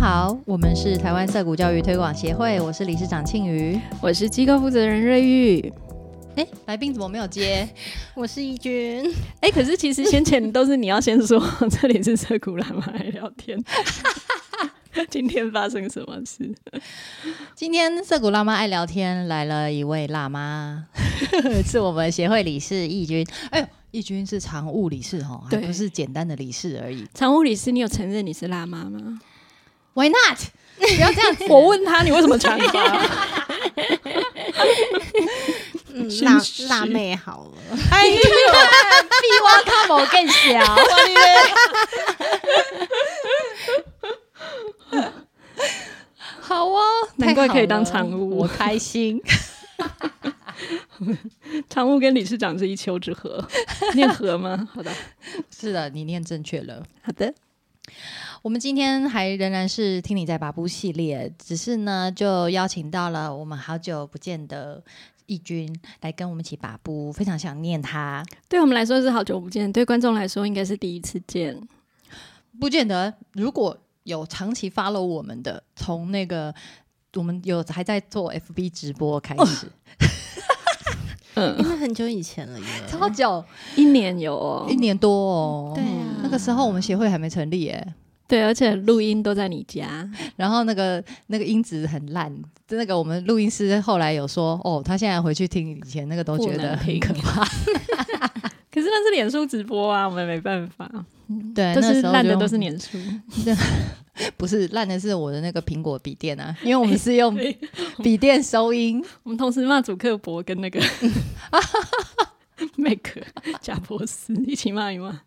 好，我们是台湾色谷教育推广协会，我是理事长庆瑜。我是机构负责人瑞玉。哎、来宾怎么没有接？ 我是义军，哎、可是其实先前都是你要先说， 这里是社谷蓝马来聊天。 今天发生什么事？今天涩谷辣妈爱聊天来了一位辣妈， 是我们协会理事义军。哎呦，义军是常务理事哦，还对不是简单的理事而已。常务理事，你有承认你是辣妈吗？。Why not？不要这样子我问他，你为什么长发？ 嗯，是辣是辣妹好了，哎呦， 比我看我更小。好哦，难怪太好可以当了常务我开心。常务跟理事长是一丘之貉，念和吗？好的， 是的，你念正确了。好的。我们今天还仍然是听你在把布系列，只是呢，就邀请到了我们好久不见的义军来跟我们一起把布，非常想念他。对我们来说是好久不见，对观众来说应该是第一次见。不见得，如果有长期 follow 我们的，从那个我们有还在做 FB 直播开始， 嗯，因为很久以前了耶，超久，一年有哦一，年多哦。对啊，那个时候我们协会还没成立耶，对，而且录音都在你家。然后那个那个音质很烂，那个我们录音师后来有说，哦，他现在回去听以前那个都不觉得能很听可怕， 可是那是脸书直播啊，我们没办法，对，都是那时候烂的就都是脸书。不是烂的是我的那个苹果笔电啊，因为我们是 用笔电收音，我们同时骂祖克伯跟那个 麦克贾伯斯一起骂一骂。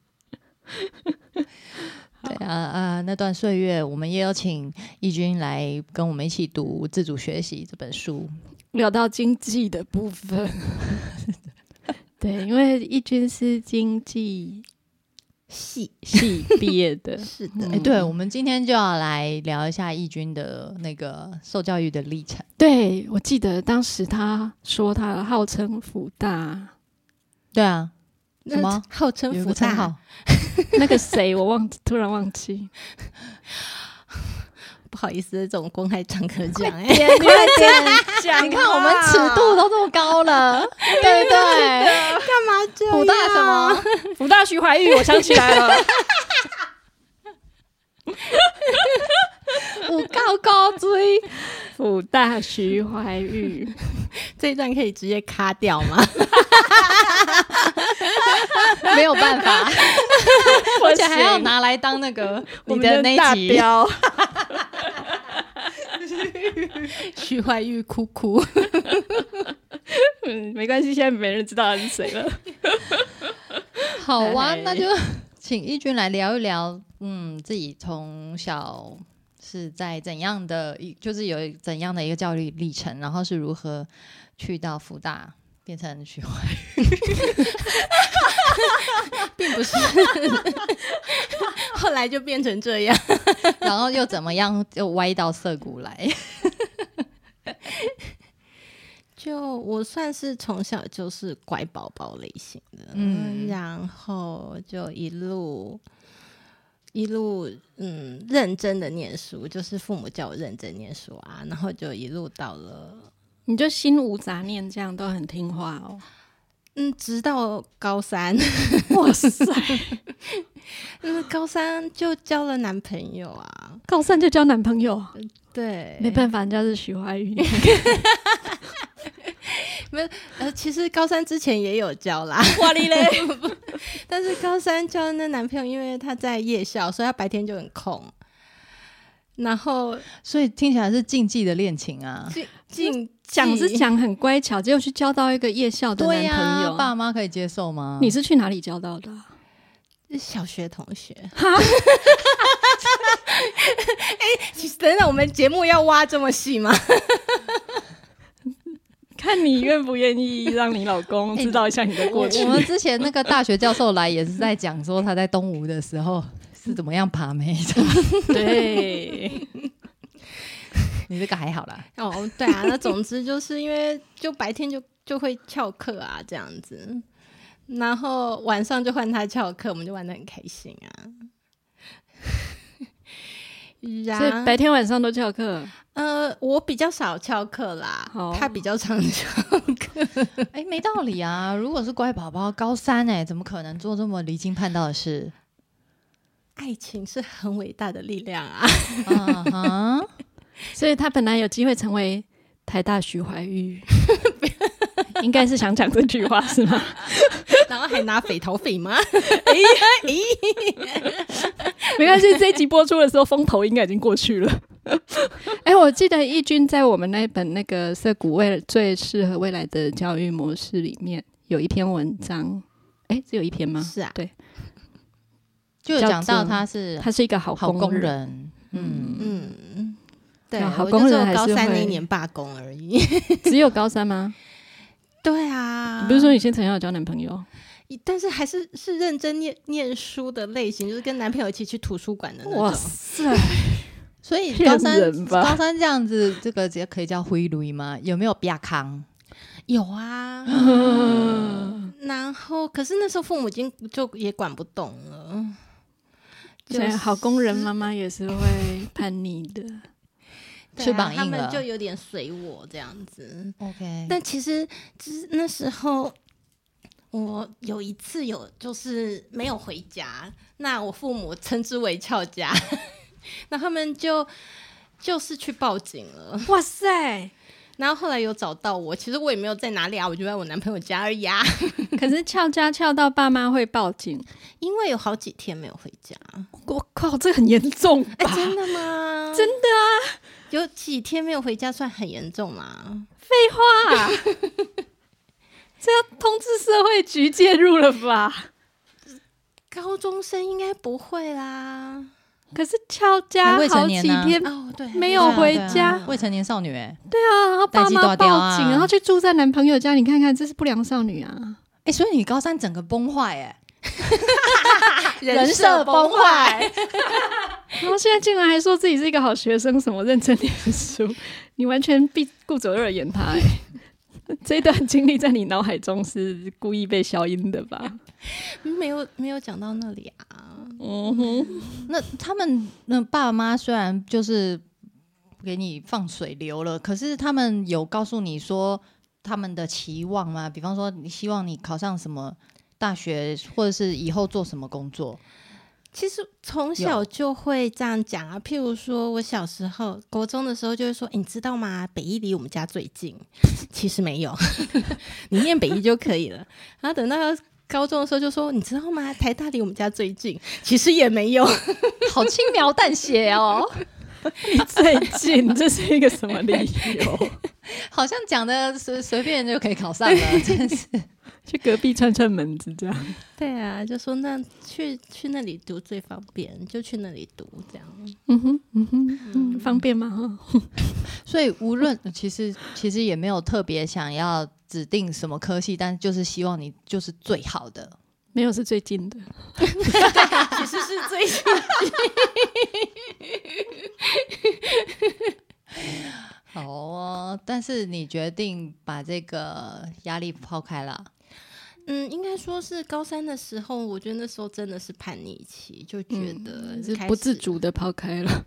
对啊啊，那段岁月我们也有请义军来跟我们一起读《自主学习》这本书，聊到经济的部 分，对，因为义军是经济戏系毕业的， 是的，哎、对，我们今天就要来聊一下义军的那个受教育的历程。对我记得当时他说他号称福大，对啊，那什么号称有一福个称大号，那个谁我忘记，突然忘记，不好意思，这种公开场合 讲哎，啊点快点！讲你看我们尺度都这么高 了，对不对？干嘛这样？武大什么？福大徐怀钰，我想起来 了，武高高追，福大徐怀钰。 这一段可以直接卡掉吗？ 没有办法，而而且还要拿来当那个我你们的的那大一集。标， 徐怀钰哭哭，嗯，没关系，现在没人知道他是谁了。好啊，嘿那就 请义军来聊一聊，嗯，自己从小是在怎样的一，就是有怎样的一个教育历程，然后是如何去到福大变成徐怀钰，并不是， 后来就变成这样。 然后又怎么样又歪到涩谷来？ 就我算是从小就是乖宝宝类型的，嗯嗯，然后就一路一路嗯认真的念书，就是父母叫我认真念书啊，然后就一路到了你就心无杂念，这样都很听话哦。嗯，直到高三， 哇塞，嗯，高三就交了男朋友啊，高三就交男朋友，啊对，没办法，人家是徐怀钰。 呃，其实高三之前也有交啦， 哇哩嘞， 但是高三交那男朋友，因为他在夜校，所以他白天就很空。然后所以听起来是禁忌的恋情啊。进进讲是进讲很乖巧，结果去交到一个夜校的对男呀、朋友。爸妈可以接受吗？你是去哪里交到的啊？小学同 学。 哎、其实等等，我们节目要挖这么细吗？看你愿不愿意让你老公知道一下你的我过去我。们之前那个大学教授来也是在讲说他在东吴的时候是怎么样爬梅的， 对，你这个还好啦。哦，对啊，那总之就是因为就白天就就会翘课啊，这样子，然后晚上就换他翘课，我们就玩的很开心啊。所以然白天晚上都翘课，呃，我比较少翘课啦好，他比较常翘课。哎，没道理啊！如果是乖宝宝，高三哎、怎么可能做这么离经叛道的事？爱情是很伟大的力 量啊！啊哈，所以他本来有机会成为台大徐怀钰，应该是想讲这句话是吗？然后还拿匪逃匪吗？没关系，这一集播出的时候风头应该已经过去了。哎、我记得义军在我们那本那个《涩谷未最适合未来的教育模式》里面有一篇文章，哎、只有一篇吗？是啊，就有叫讲到做他是他是一个好好工工人，人，嗯，嗯，对，啊好我工就只人有还高是三那会一年罢工而已。 只有高三吗？对啊，你不是说你先曾要交男朋友？但是还是是认真念念书的类型，就是跟男朋友一起去图书馆的那哇种。塞！所以骗高三人吧高三这样子，这个直接可以叫灰驴吗？有没有亚康？有 啊，然后可是那时候父母已经就也管不动了，所以好工人妈妈也是会叛逆的，对啊翅膀他硬了们就有点随我这样子。 OK，但其实就是那时候，我有一次有就是没有回家，那我父母称之为翘家， 那他们就就是去报警了。哇塞！然后后来有找到我，其实我也没有在哪里啊，我就在我男朋友家而已啊。 可是翘家翘到爸妈会报警， 因为有好几天没有回家，我靠，这很严重哎、吧？ 真的吗？真的啊，有几天没有回家算很严重吗？废话，啊这要通知社会局介入了吧？高中生应该不会啦。可是翘还家未成好年几呢天，啊哦，对，没有回家啊未成年少女哎、对啊，然后代爸际妈大报调啊警，然后去住在男朋友家，你看看，这是不良少女啊！哎、所以你高三整个崩坏哎、人设崩坏。然后现在竟然还说自己是一个好学生，什么认真念书，你完全闭顾左右而言他、欸。这一段经历在你脑海中是故意被消音的吧？ 没有没有讲到那里啊，嗯哼，那他们那爸妈虽然就是给你放水流了，可是他们有告诉你说他们的期望吗？比方说，你希望你考上什么大学，或者是以后做什么工作？其实从小就会这样讲啊。譬如说我小时候国中的时候就会说，诶你知道吗？北一离我们家最近，其实没有， 你念北一就可以了。然后等到高中的时候就说，你知道吗？台大离我们家最近，其实也没有。好轻描淡写哦，你最近这是一个什么理由？ 好像讲的随随便就可以考上 了，真是。去隔壁串串门子这样？对啊，就说那去去那里读最方便，就去那里读这样。嗯哼，嗯哼，嗯方便吗？哈所以无论其实其实也没有特别想要指定什么科系，但就是希望你就是最好的。没有是最近的，其实是最近，好哦，但是你决定把这个压力抛开了， 嗯，应该说是高三的时候，我觉得那时候真的是叛逆期，就嗯觉得、是不自，主的抛开了。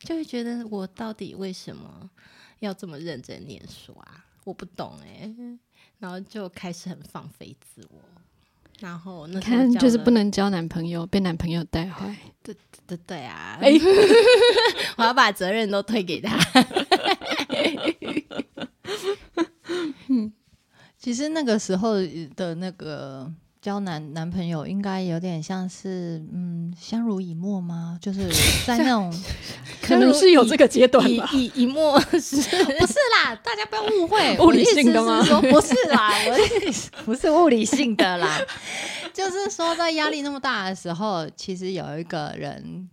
就会觉得我到底为什么要这么认真念书啊？我不懂哎、然后就开始很放飞自我，然后 我那时候看，交就是了不能交男朋友，被男朋友带坏。对对 啊，哎我要把责任都推给 他。其实那个时候的那个交男男朋友，应该有点像是嗯相濡以沫吗？就是在那种可能是有这个阶段以吧。以以默 是不是啦，大家不要误 会物理性的 吗我意思是说不是啦，我的意思 不是物理性的啦，就是说在压力那么大的时候，其实有一个人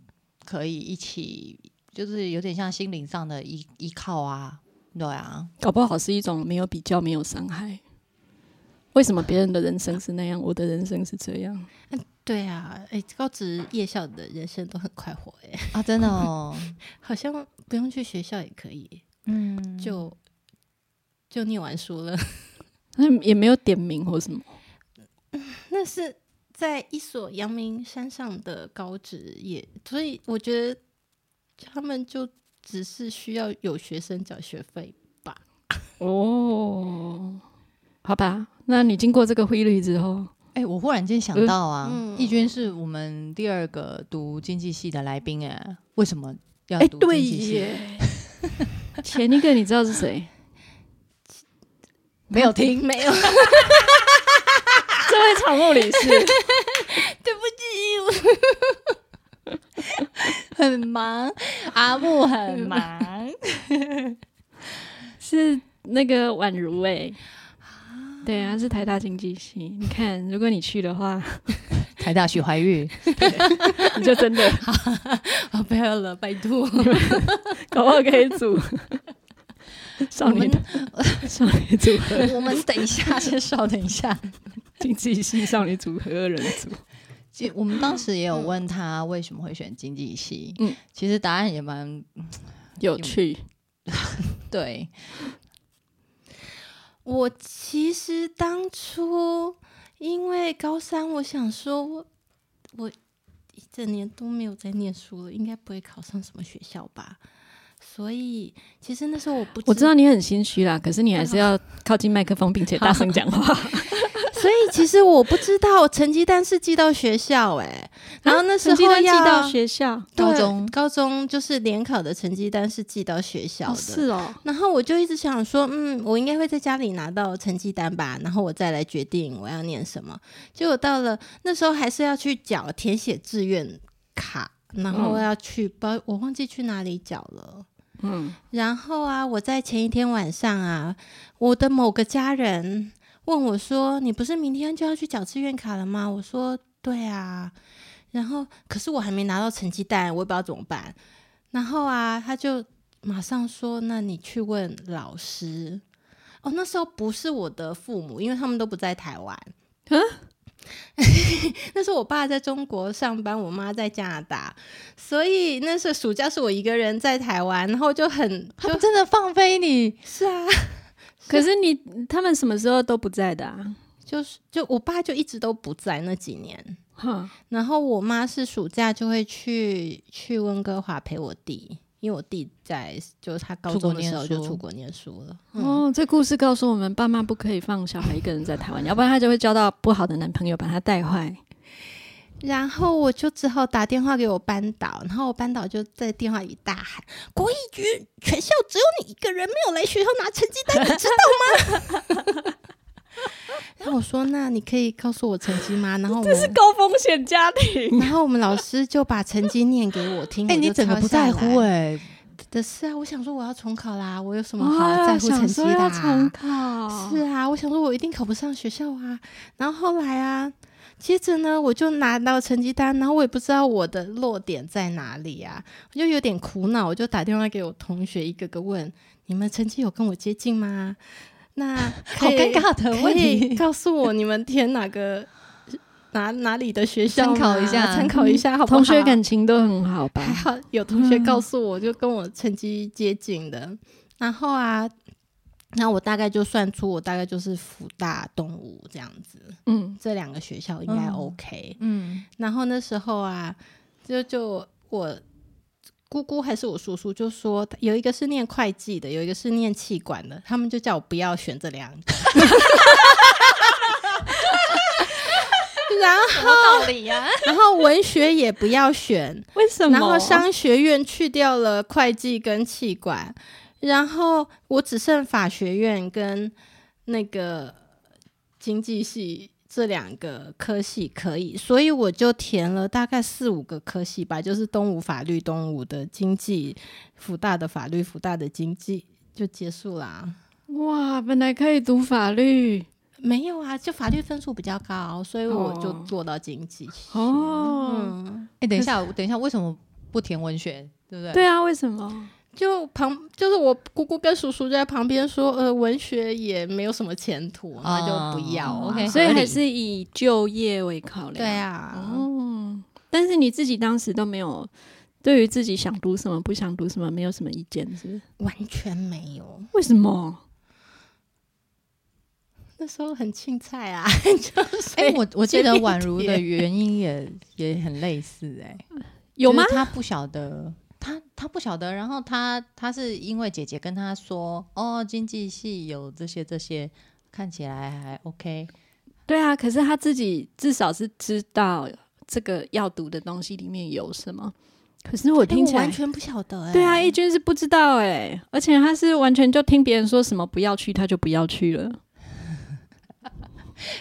可以一起，就是有点像心灵上的依依靠啊，对啊，搞不好是一种没有比较、没有伤害。为什么别人的人生是那样，我的人生是这样？对啊，哎、高职夜校的人生都很快活哎、啊，真的哦，好像不用去学校也可以，嗯，就、就念完书了。那也没有点名或什么。那是在一所阳明山上的高职夜，所以我觉得他们就只是需要有学生缴学费。哦，好吧，那你经过这个汇率之后，哎、我忽然间想到啊，嗯义军是我们第二个读经济系的来宾哎、为什么要哎，读对经济系？耶， 前一个你知道是谁？没有听，没 有，这位草木理事，对不起，我 很忙，阿木很 忙。是那个宛如哎。对啊，是台大经济系。你看，如果你去的 话，台大许怀 玉，你就 真的啊，不要了，拜托。搞不好可以 组少年 少女组合、我们等一下，先稍等一 下。经济系少女组合二人组。其我们当时也有问他为什么会选经济系，嗯嗯，其实答案也蛮有趣，对，我其实当初因为高三，我想说我我一整年都没有在念书了，应该不会考上什么学校吧。所以其实那时候我不我知道你很心虚啦，可是你还是要靠近麦克风，并且大声讲话。所以其实我不知道成绩单是寄到学校哎、 然后那时啊成绩候单寄要到学校，对高中高中就是联考的成绩单是寄到学校的，哦，然后我就一直想说，嗯，我应该会在家里拿到成绩单吧，然后我再来决定我要念什么。结果到了那时候，还是要去缴填写志愿卡，然后要去包，我忘记去哪里缴了。嗯，然后啊，我在前一天晚上啊，我的某个家人问我说：“你不是明天就要去缴志愿卡了吗？”我说：“对啊。”然后，可是我还没拿到成绩单，我也不知道怎么办。然后啊，他就马上说：“那你去问老师。”哦，那时候不是我的父母，因为他们都不在台湾。啊 那时候我爸在中国上班，我妈在加拿大，所以那时候暑假是我一个人在台湾，然后就很他们真的放飞你，是啊， 可是你他们什么时候都不在的啊？就是就我爸就一直都不在那几年，哈，然后我妈是暑假就会去去温哥华陪我弟，因为我弟在就是他高出国中的时候念就书出国念书了。哦，这故事告诉我们，爸妈不可以放小孩一个人在台湾，要不然他就会交到不好的男朋友，把他带坏。然后我就只好打电话给我班导，然后我班导就在电话里大喊：“国艺局，全校只有你一个人没有来学校拿成绩单，你知 道吗？” 然后我说：“那你可以告诉我成绩吗？”然后我这是们，高风险家庭。然后我们老师就把成绩念给我听。哎、我就你整个抄不下在来乎哎、的是啊，我想说我要重考啦，我有什么好在乎成绩的、要啊？重考，是啊，我想说我一定考不上学校啊。然后后来啊，接着呢，我就拿到成绩单，然后我也不知道我的落点在哪里啊，我就有点苦恼，我就打电话给我同学一个个问，你们成绩有跟我接近吗？那 好尴尬的可问以题。嗯告诉我你们填哪个哪哪里的学校吗？参考一下嗯参考一下，好不好？同学感情都很好吧？还好有同学告诉我，就跟我成绩接近的。然后啊，那我大概就算出，我大概就是福大、东吴这样子，嗯，这两个学校应该嗯 OK。嗯，然后那时候啊，就就我姑姑还是我叔叔就说，有一个是念会计的，有一个是念气管的，他们就叫我不要选这两个。 然后，道理啊呀、 然后文学也不要选，为什然后商学院去掉了会计跟气管，然后我只剩法学院跟那个经济系这两个科系可以，所以我就填了大概四五个科系吧，就是东吴法律、东吴的经济、福大的法律、福大的经济，就结束啦。哇，本来可以读法律没有啊，就法律分数比较高，所以我就哦做到经济。哦，嗯，哎、等一下，等一下，为什么不填文学？对不对？对啊，为什么？就旁就是我姑姑跟叔叔就在旁边说，呃，文学也没有什么前途，那就不要。啊哦 OK，所以合理还是以就业为考量。对，啊，哦，但是你自己当时都没有对于自己想读什么、不想读什么没有什么意见，是不是？完全没有。为什么？那时候很青菜啊，就是哎、我我记得随便宛如的填原因也也很类似哎、有吗就是？他不晓得，他他他不晓得，然后他他是因为姐姐跟他说，哦，经济系有这些这些，看起来还 OK，对啊，可是他自己至少是知道这个要读的东西里面有什么。可是我哎听起来完，全不晓得哎、对啊，一军是不知道哎、而且他是完全就听别人说什么不要去，他就不要去了。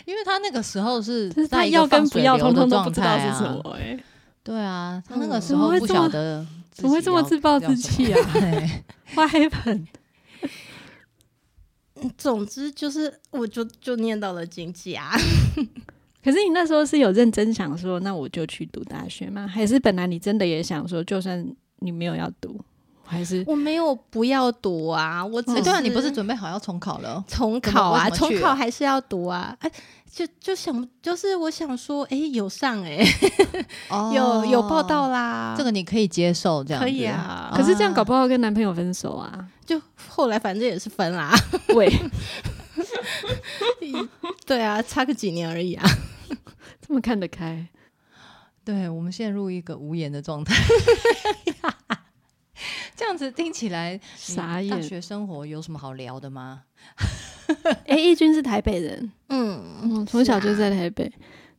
因为他那个时候是就是在他一个要跟放不水要，流通的通都不状知道态是什啊么，哎、对啊，他那个嗯时怎么候会不这晓么得自己要，怎么会这么自暴自弃啊要 什么？对花黑粉，总之就是我就就念到了经济啊，嗯可是你那时候是有认真想说，那我就去读大学吗？还是本来你真的也想说，就算你没有要读，还是 我没有不要读啊，我只哎，嗯是、对啊，你不是准备好要重考了？重考啊，怎么为什么去重啊考还是要读啊，哎、就就想就是我想说，哎、有上哎、哦有有报道啦，这个你可以接受这样可子以。啊，可是这样搞不好跟男朋友分手啊？ 就后来反正也是分啦，喂， 对啊，差个几年而已啊。 这么看得嗯开，对我们陷入一个无言的状态， 这样子听起来，你傻嗯大眼。学生活有什么好聊的吗？哎，义军是台北人，嗯， 嗯，从小就在台北，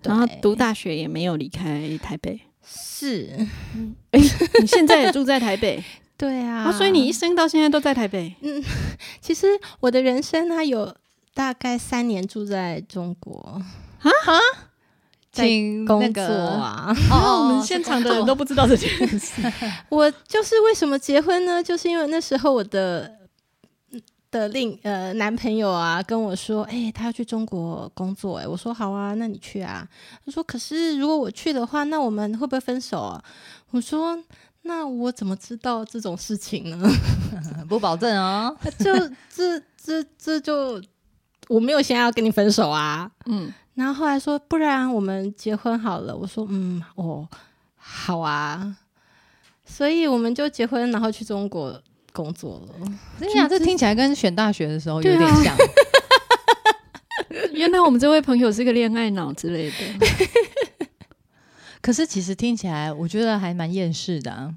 然后啊对读大学也没有离开台 北。是，你现在也住在台 北对啊。啊，所以你一生到现在都在台北。其实我的人生它有大概三年住在中国在请那工作个 啊。哦那我哦，们现场的人都不知道这件事。我就是为什么结婚呢？就是因为那时候我的。的另呃男朋友啊跟我说，哎、他要去中国工作、哎，我说好啊，那你去啊。他说，可是如果我去的话，那我们会不会分手啊？我说，那我怎么知道这种事情呢？ 不保证哦。 就这这这就我没有现在要跟你分手啊。嗯，然后后来说，不然我们结婚好了。我说，嗯，哦，好啊。所以我们就结婚，然后去中国工作了。真的啊，这听起来跟选大学的时候有对啊点像。 嗯原来我们这位朋友是个恋爱脑之类 的。可是其实听起来，我觉得还蛮厌世的、啊，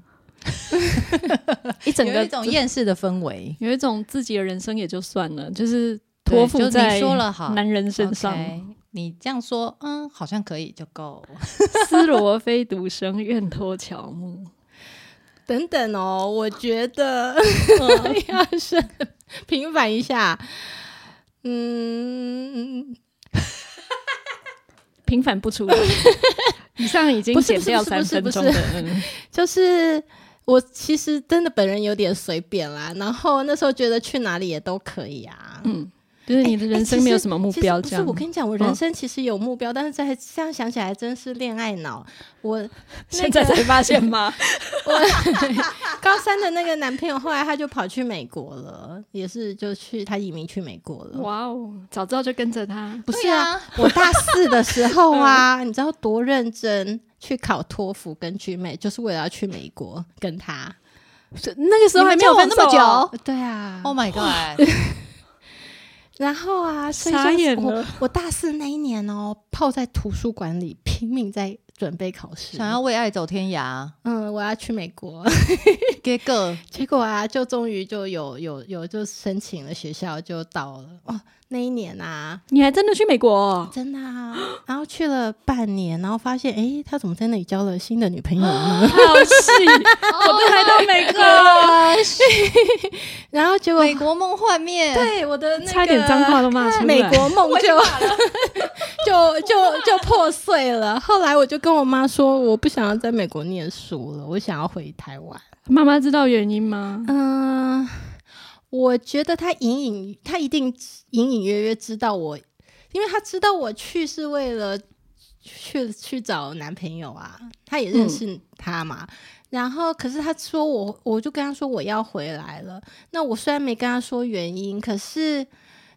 一整有个一种厌世的氛围。有一种自己的人生也就算了，就是对托就付你在说了好男人身上， OK，你这样说，嗯，好像可以就够。 斯罗非独生，愿托乔木。 等等哦，我觉得 要是平反一下，嗯，平凡不出来。 以上已经不是减掉不是不三是分不是钟的，嗯就是我其实真的本人有点随便啦。然后那时候觉得去哪里也都可以 啊。嗯，就是你的人生没有什么目标，哎其这实不样是，我跟你讲，我人生其实有目标，但是在这样想起来，真是恋爱脑。我现在才发现 吗？高三的那个男朋友，后来他就跑去美国了，也是就去他移民去美国了。哇哦，早知道就跟着他。不是对啊，我大四的时候 啊，你知道多认真去考托福跟聚美，就是为了要去美国跟他。那个时候还没有分那么哦久，对啊， Oh my god！然后啊，所以傻就是眼我了。我大四那一年哦，泡在图书馆里拼命在准备考试，想要为爱走天 涯，嗯，我要去美国。给个结果啊，就终于就有有有就申请了学校，就到了哦。那一年啊，你还真的去美国哦？真的啊， 然后去了半年，然后发现，诶，他怎么在那里交了新的女朋友呢？ 好戏，我都来到美 国了， 然后结果，美国梦幻灭，对我的那个差点脏话都 骂出来。美国梦就 就就就破碎了。后来我就跟我妈说，我不想要在美国念书了，我想要回台湾。妈妈知道原因吗？嗯、我觉得他隐隐，他一定隐隐约约知道我，因为他知道我去是为了去去找男朋友啊，他也认识他嘛。然后，可是他说我，我就跟他说我要回来了。那我虽然没跟他说原因，可是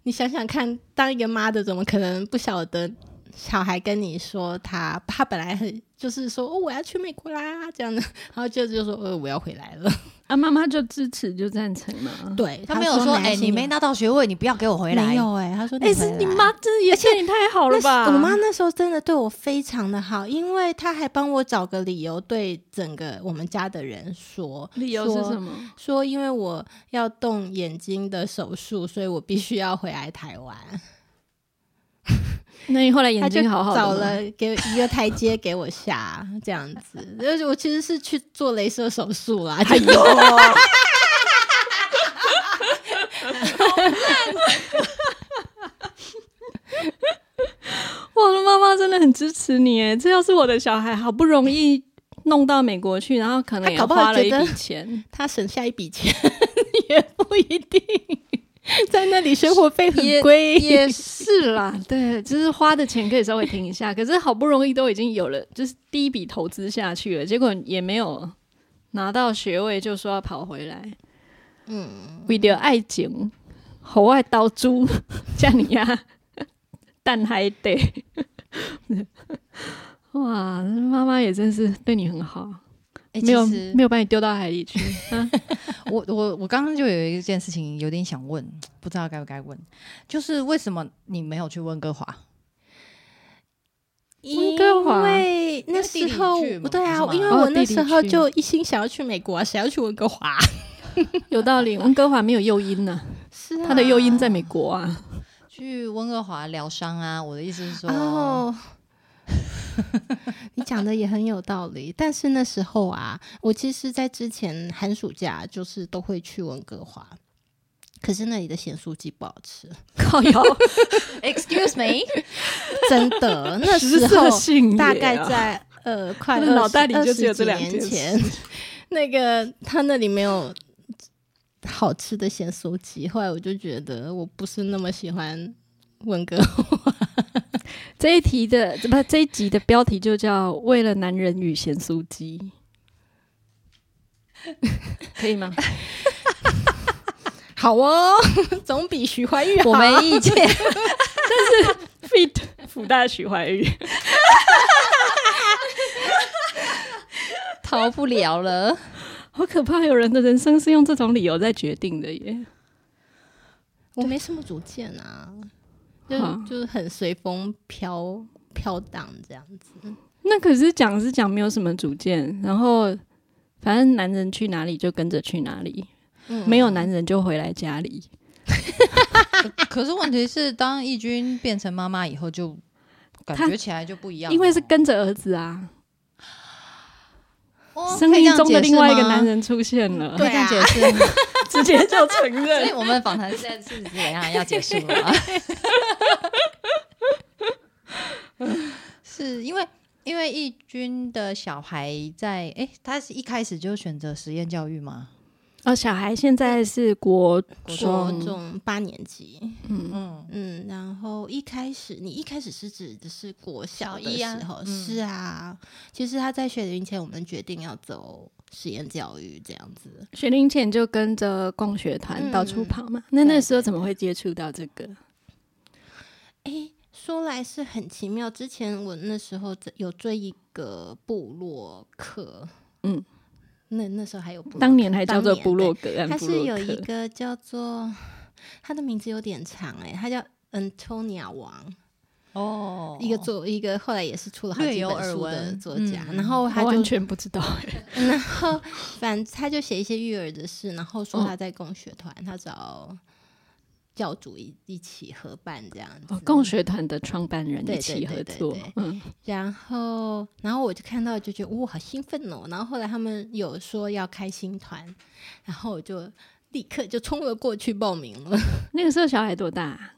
你想想看，当一个妈的怎么可能不晓得小孩跟你说他他本来很就是说哦我要去美国啦这样的，然后就就说呃我要回来了，啊，妈妈就支持就赞成嘛。对他没有说，哎、你没拿拿到学位，你不要给我回来没。有哎、他说哎、哎是你妈，这也对你太好了那吧？哎是我妈那时候真的对我非常的好，因为她还帮我找个理由对整个我们家的人说，理由是什么？说因为我要动眼睛的手术，所以我必须要回来台湾。那你后来她眼就睛好好的找吗了给一个台阶给我下，这样子。就是我其实是去做镭射手术啦，哎呦，哇我的妈妈真的很支持你哎！这要是我的小孩，好不容易弄到美国去，然后可能也她搞不好花了一觉得笔钱， 她省下一笔钱 也不一定，在那里生活费很也贵， 也是啦。对，就是花的钱可以稍微停一下，可是好不容易都已经有了，就是第一笔投资下去了，结果也没有拿到学位，就说要跑回来。嗯，为了爱情，猴爱刀猪，像你呀，但啊还得。 哇，妈妈也真是对你很好。哎没有其实没有把你丢到海里去，我我我刚刚就有一件事情有点想问，不知道该不该问，就是为什么你没有去温哥华？温哥华因为那时候因为地理剧嘛对啊，不是吗因为哦我那时候地理剧就一心想要去美国啊，谁要去温哥华？ 有道理。温哥华没有诱因啊 呢、是他的诱因在美国啊。去温哥华疗伤啊？我的意思是说，哦。 你讲的也很有道理，但是那时候啊，我其实，在之前寒暑假就是都会去温哥华，可是那里的咸酥鸡不好吃，靠 腰， Excuse me，真的。那时食候色性也啊大概在呃快他的 脑袋里20就只有这两20几件年前， 那个他那里没有好吃的咸酥鸡，后来我就觉得我不是那么喜欢文哥，这一题的不，这一集的标题就叫“为了男人与咸酥鸡”，可以吗？ 好哦， 总比徐怀钰好。我没意见。 fit 福大徐怀钰，逃不了了。好可怕！有人的人生是用这种理由在决定的耶。 我没什么主见啊，就好就是很随风飘飘荡这样子。那可是讲是讲，没有什么主见，然后反正男人去哪里就跟着去哪里，嗯没有男人就回来家里。 可是问题是，当义军变成妈妈以后，就感她觉起来就不一样了哦，因为是跟着儿子啊，哦生命中的另外一个男，人啊出现了，可以这样解释吗可以这样解释。直接就承所以认。我们访 谈现在是怎样要结束了 吗？是因为因为义军的小孩在诶，他是一开始就选择实验教育吗？哦，小孩现在是国国啊中，中八年级，嗯，嗯，然后一开始你一开始是指的是国小小的一啊时候，嗯是啊。其实他在学龄前，我们决定要走实验教育这样子。学龄前就跟着共学团嗯到处跑嘛。那对那时候怎么会接触到这个？诶，说来是很奇妙，之前我那时候在有追一个部落客，嗯，那那时候还有部落当客年还叫做当年部落格，他按部是落有一格个叫做他的名字有点长哎、他叫 Antonia 王，哦一个作一个后来也是出了好略几有本书耳的闻作家，嗯然后他我完就全不知道欸。然后反他就写一些育儿的事，然后嗯说他在共学团，他找教主一一起合办这样子，哦共学团的创办人对一对起合对嗯对作对，嗯，然后，然后我就看到，就觉得哇，好兴奋哦！然后后来他们有说要开新团，然后我就立刻就冲了过去报名了， 那个时候小孩多大啊？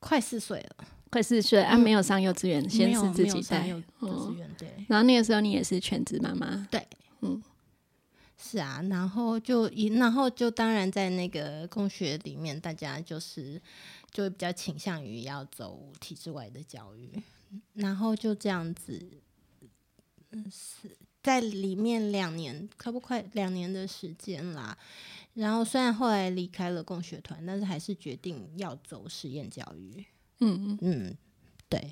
快四岁了，快四岁啊，嗯没有上幼稚园，先没有是自没有己上带幼。稚嗯园对。然后那个时候你也是全职妈妈，是啊，然后就一，然后就当然在那个共学里面，大家就是就会比较倾向于要走体制外的教育，然后就这样子，嗯，是在里面两年，快不快两年的时间啦。然后虽然后来离开了共学团，但是还是决定要走实验教育。嗯，嗯，对，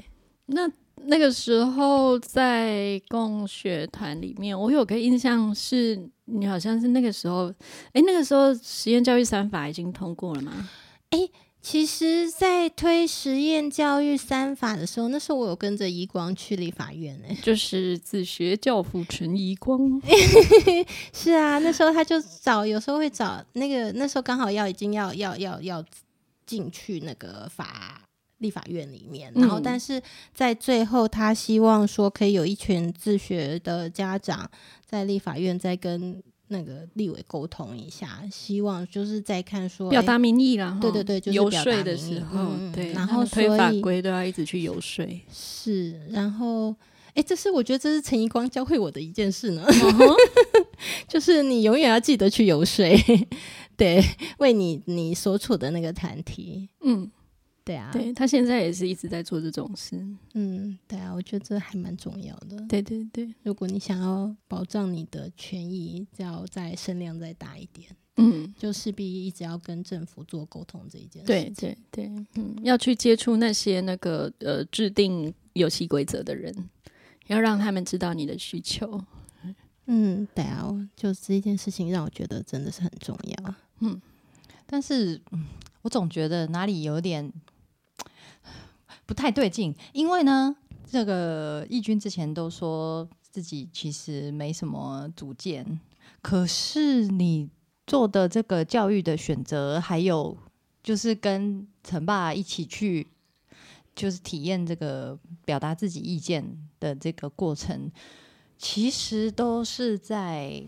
那那个时候在共学团里面，我有个印象是，你好像是那个时候，哎，那个时候实验教育三法已经通过了吗？其实，在推实验教育三法的时候，那时候我有跟着怡光去立法院欸诶、就是自学教父陈怡 光，是啊，那时候他就找，有时候会找那个，那时候刚好要已经要要要要进去那个法立法院里面，然后嗯但是在最后，他希望说可以有一群自学的家长在立法院再跟那个立委沟通一下，希望就是再看说表哎达民意啦，哈对对对就是游表达说的民意时候，嗯对，然他后们推所法以规都要一直去游 说，是，然后。哎，这是我觉得这是陈怡光教会我的一件事呢。 就是你永远要记得去游说， 对，为你你所处的那个团体，嗯，对啊，对他现在也是一直在做这种事，嗯，对啊，我觉得这还蛮重要的。对对对，如果你想要保障你的权益，只要再声量再大一点，嗯。就势必一直要跟政府做沟通这一件事对情。对对，嗯，要去接触那些那个呃制定游戏规则的人，要让他们知道你的需求。嗯，对啊，我就这件事情让我觉得真的是很重要。但是，嗯，我总觉得哪里有点不太对劲，因为呢，这个义军之前都说自己其实没什么主见，可是你做的这个教育的选择，还有就是跟陈爸一起去。就是体验这个表达自己意见的这个过程，其实都是在，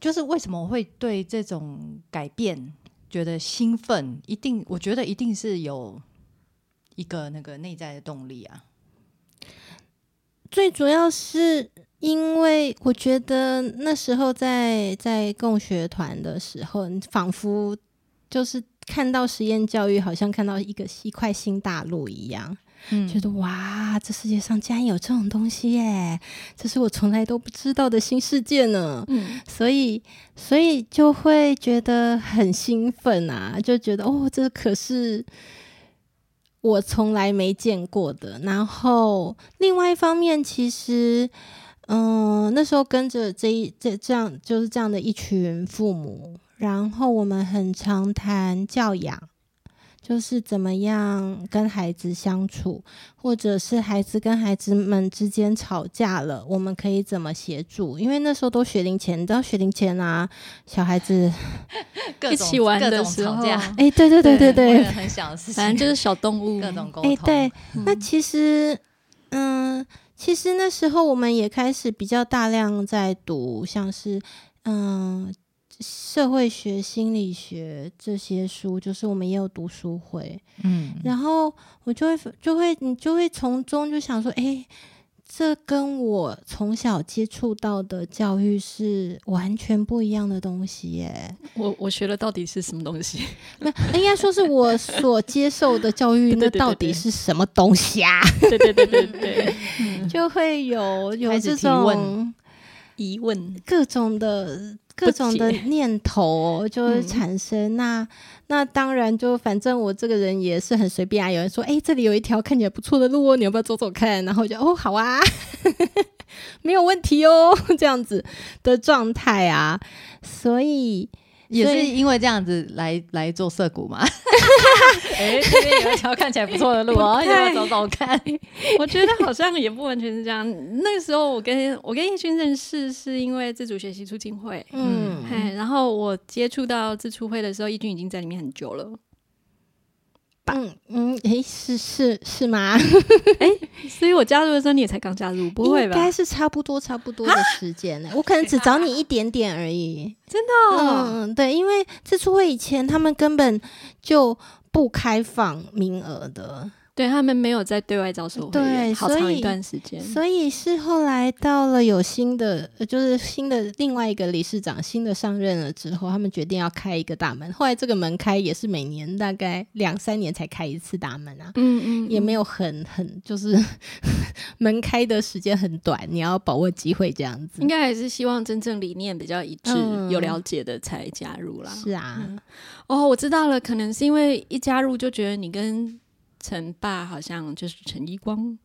就是为什么我会对这种改变觉得兴奋，一定，我觉得一定是有一个那个内在的动力啊。最主要是因为我觉得那时候在在共学团的时候，你仿佛就是看到实验教育，好像看到一个一块新大陆一样，嗯觉得哇，这世界上竟然有这种东西耶！这是我从来都不知道的新世界呢。嗯，所以，所以就会觉得很兴奋啊，就觉得哦，这可是我从来没见过的。然后，另外一方面，其实，嗯、那时候跟着这一这这样就是这样的一群父母，然后我们很常谈教养。就是怎么样跟孩子相处，或者是孩子跟孩子们之间吵架了，我们可以怎么协助？因为那时候都学龄前，你知道学龄前啊，小孩 子，各一种起玩各的种时吵候，架，哎、对 对对对为对了，很小的事情，反正就是小动物， 各种沟通。哎、对，嗯那其实，嗯，其实那时候我们也开始比较大量在读，像是嗯社会学、心理学这些书，就是我们也有读书会，嗯，然后我就会就会你就会从中就想说，哎、这跟我从小接触到的教育是完全不一样的东西耶。我我学了到底是什么东西？那应该说是我所接受的教育，对对那对到对底是什么东西啊？ 对对对对对，嗯就会有有开始这提问种 疑问，各种的各种的解念头哦就会嗯产生。那那当然就反正我这个人也是很随便啊。有人说，哎、这里有一条看起来不错的路哦，你要不要走走看？然后我就哦，好啊， 没有问题哦，这样子的状态啊。所以也所是以因为这样子来来做涩谷嘛。哎、这边有一条看起来不错的路哦，你要走走看。 我觉得好像也不完全是这样。那个时候我跟我跟义军认识是因为自主学习促进会，嗯嗯哎，然后我接触到自促会的时候，义军已经在里面很久了，嗯嗯，哎、是是是吗？所以我加入的时候你也才刚加入，不会应吧啊该？是差不多差不多的时间呢、我可能只找你一点点而已。真的哦、嗯，对，因为自出会以前他们根本就不开放名额的，对他们没有在对外招收会员对好所长一以段时间。所以是后来到了有新的，呃就是新的另外一个理事长新的上任了之后，他们决定要开一个大门。后来这个门开也是每年大概两三年才开一次大门啊。嗯嗯，也没有有很很，就是 门开的时间很短，你要把握机会这样子嗯应。该还是希望真正理念比较一致、嗯有了解的才加入啦。是啊，哦，我知道了，可能是因为一加入就觉得你跟陈爸好像就是陈一光，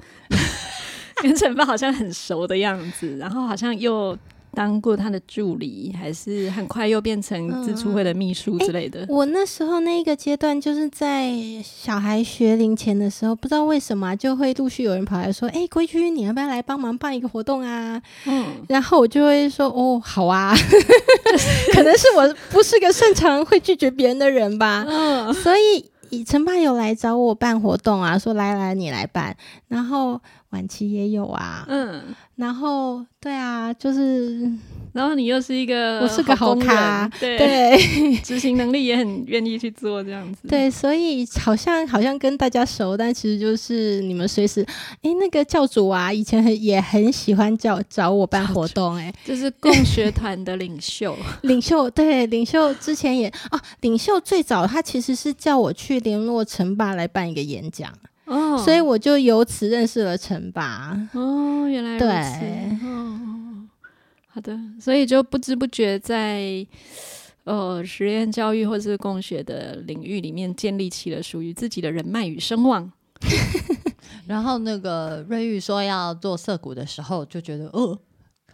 跟陈爸好像很熟的样子，然后好像又当过他的助理，还是很快又变嗯成自出会的秘书之类的。 我那时候那个阶段就是在小孩学龄前的时候，不知道为什么啊、就会陆续有人跑来说：“哎、归居，你要不要来帮忙办一个活动啊嗯？”，然后我就会说：“哦，好啊。” 可能是我不是个擅长会拒绝别人的人 吧。嗯，所以以陈爸有来找我办活动啊，说来来你来办，然后晚期也有啊，嗯，然后对啊，就是然后你又是一个我是个好工人咖，对，对执行能力也很愿意去做这样子。，对，所以好像好像跟大家熟，但其实就是你们随时，诶，那个教主啊，以前很也很喜欢叫找我办活动、诶，就是共学团的领袖。领袖对领袖之前也哦，领袖最早他其实是叫我去联络陈爸来办一个演讲， 哦，所以我就由此认识了陈爸。哦，原来如对此。哦，好的，所以就不知不觉在呃实验教育或是共学的领域里面建立起了属于自己的人脉与声望。然后那个瑞玉说要做涩谷的时候，就觉得哦，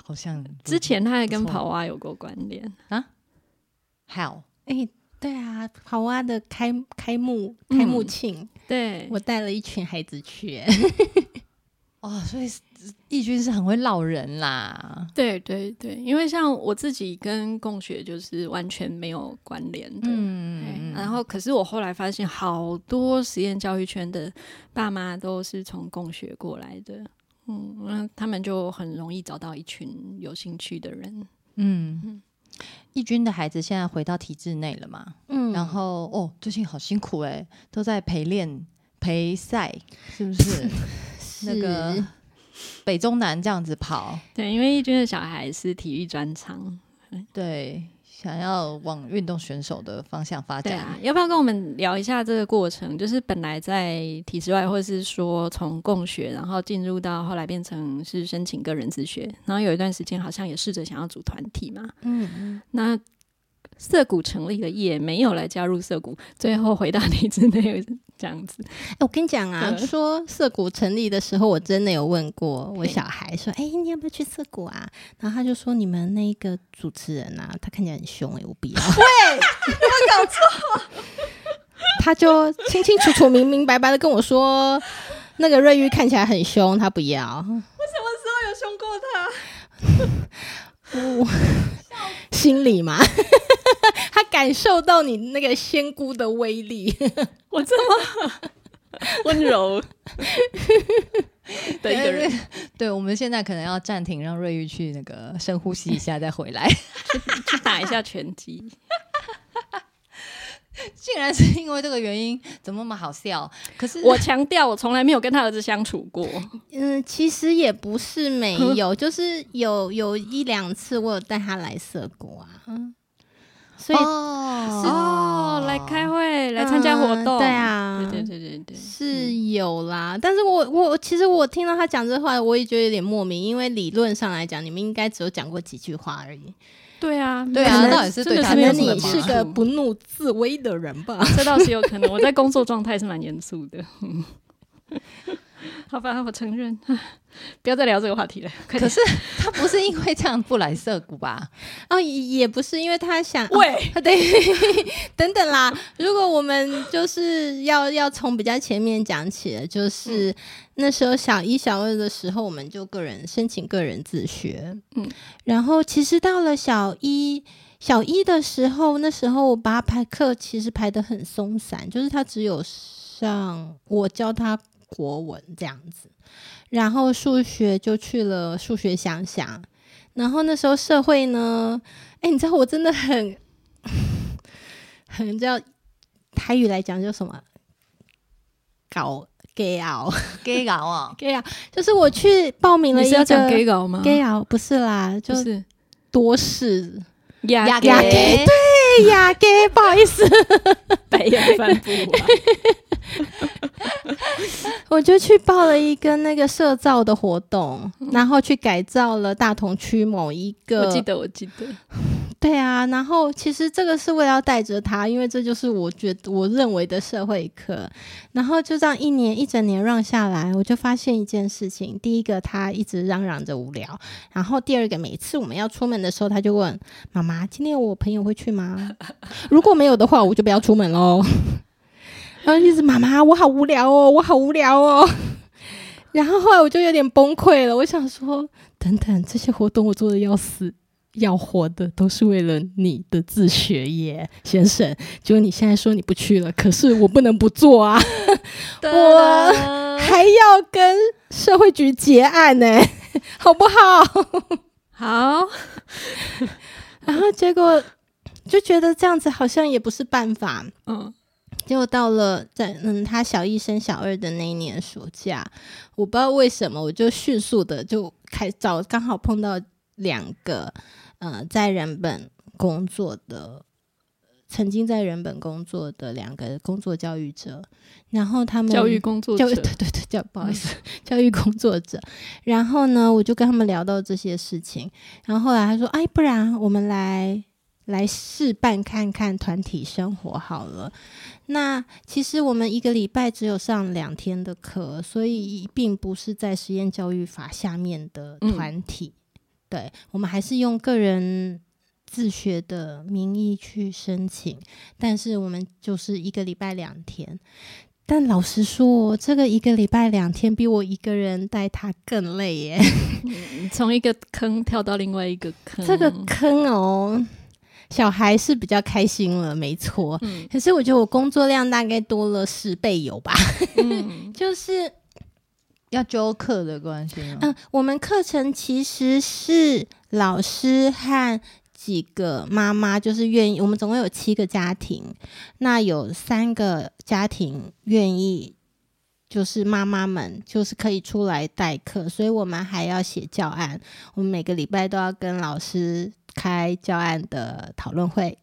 好像之前他还跟不错跑蛙有过关联， how 诶，对啊，跑蛙的开开幕开幕嗯庆，对，我带了一群孩子去、诶哦，所以义军是很会绕人啦。对对对，因为像我自己跟共学就是完全没有关联的。嗯对，然后可是我后来发现，好多实验教育圈的爸妈都是从共学过来的，嗯，那他们就很容易找到一群有兴趣的人。嗯，义军的孩子现在回到体制内了嘛？嗯然后哦，最近好辛苦哎、都在陪练陪赛，是不 是？那个北中南这样子跑，对，因为义军的小孩是体育专长，对，想要往运动选手的方向发对展。啊，要不要跟我们聊一下这个过程？就是本来在体制外，或是说从共学，然后进入到后来变成是申请个人自学，然后有一段时间好像也试着想要组团体嘛，嗯嗯，那涩谷成立了，也没有来加入涩谷，最后回到体制内这样子。哎我跟你讲啊，对说涩谷成立的时候，我真的有问过我小孩说：“哎、你要不要去涩谷啊？”然后他就说：“你们那个主持人啊，他看起来很凶、哎，我不要。”对，有没有搞错？他就清清楚楚、明明白白的跟我说，那个瑞玉看起来很凶，他不要。我有凶过他，我心里嘛， 他感受到你那个仙姑的威力。 我这 么温柔 的一个 人，对，我们现在可能要暂停，让瑞玉去那个深呼吸一下，再回来。 去打一下拳击。 竟然是因为这个原因，怎么那么好笑？可是我强调，我从来没有跟他儿子相处过。嗯，其实也不是没有，就是有有一两次我有带他来涩谷啊，嗯，所以、哦哦，来开会，来参加活动，嗯对，啊，对对对对对，是有啦。但是我我其实我听到他讲这话，我也觉得有点莫名，因为理论上来讲，你们应该只有讲过几句话而已，对啊，对啊可能到底是对真的他可没有能什么你帮是助个不怒自威的人吧。 这倒是有可能。我在工作状态是蛮严肃的。 嗯好吧，我承认，不要再聊这个话题了。可快点是他不是因为这样不来涩谷 吧？哦，也也不是，因为他想，喂，啊， 对，等等啦。如果我们就是要要从比较前面讲起了，就是、那时候小一、小二的时候，我们就个人申请个人自学，嗯嗯，然后其实到了小一。小一的时候，那时候我把他排课其实排得很松散，就是他只有上我教他国文这样子，然后数学就去了数学想想，然后那时候社会呢，哎，你知道我真的很很叫台语来讲叫什么？搞 gay 熬 gay 佬啊， gay 熬，就是我去报名了你一是个要讲 gay 佬吗 gay 熬，不是啦，就就是是多事亚亚给对 呀 gay，不好意思，白眼翻不完。 我就去报了一个那个社造的活动，然后去改造了大同区某一个，嗯我记得，我记得，对啊，然后其实这个是为了要带着他，因为这就是我觉得我认为的社会课。然后就这样一年一整年让下来，我就发现一件事情：第一个，他一直嚷嚷着无聊；然后第二个，每次我们要出门的时候，他就问妈妈：“今天我朋友会去吗？” 如果没有的话，我就不要出门喽。 然后一直妈妈，我好无聊哦，我好无聊哦。 然后后来我就有点崩溃了，我想说，等等，这些活动我做的要死，要活的都是为了你的自学耶，先生。就你现在说你不去了，可是我不能不做啊， 我还要跟社会局结案呢， 好不好？好， 然后结果就觉得这样子好像也不是办法。嗯，结果到了在嗯，他小一升小二的那一年暑假，我不知道为什么，我就迅速的就开找，刚好碰到两个呃在人本工作的，曾经在人本工作的两个工作教育者，然后他们教育工作教育 者嗯对，对对教不好意思、教育工作者，然后呢，我就跟他们聊到这些事情，然后后来他说，哎，不然我们来来试办看看团体生活好了。那其实我们一个礼拜只有上两天的课，所以并不是在实验教育法下面的团体，对我们还是用个人。自学的名义去申请，但是我们就是一个礼拜两天，但老实说，这个一个礼拜两天比我一个人带他更累耶。嗯从一个坑跳到另外一个坑，这个坑哦，小孩是比较开心了，没错。嗯可是我觉得我工作量大概多了十倍有吧，嗯就是要纠课的关系吗？嗯，我们课程其实是老师和几个妈妈，就是愿意，我们总共有七个家庭，那有三个家庭愿意。就是妈妈们，就是可以出来代课，所以我们还要写教案。我们每个礼拜都要跟老师开教案的讨论会，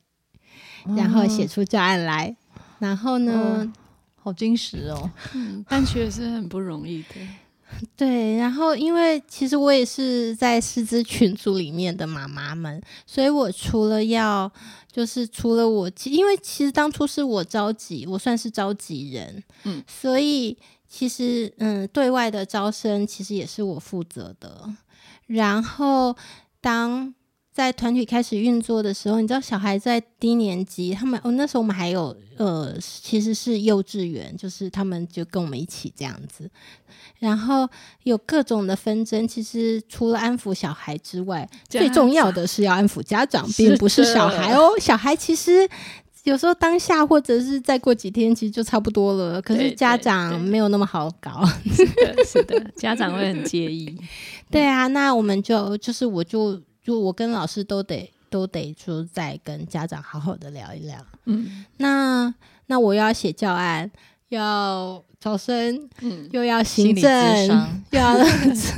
然后写哦出教案来。然后呢，哦好矜持哦，嗯，办学是很不容易 的，对，然后因为其实我也是在师资群组里面的妈妈们，所以我除了要就是除了我，其因为其实当初是我召集，我算是召集人，嗯，所以其实嗯，对外的招生其实也是我负责的。然后当在团体开始运作的时候，你知道小孩在低年级，他们哦那时候我们还有呃，其实是幼稚园，就是他们就跟我们一起这样子，然后有各种的纷争。其实除了安抚小孩之外，家最重要的是要安抚家长，是并不是的小孩哦。小孩其实有时候当下或者是再过几天，其实就差不多了。可对是对家长对没有那么好搞。 是的，是的，家长会很介意，对啊，那我们就就是我就就我跟老师都得都得说再跟家长好好的聊一聊。 嗯那那我又要写教案，要招生，嗯，又要心行理智政，商，又要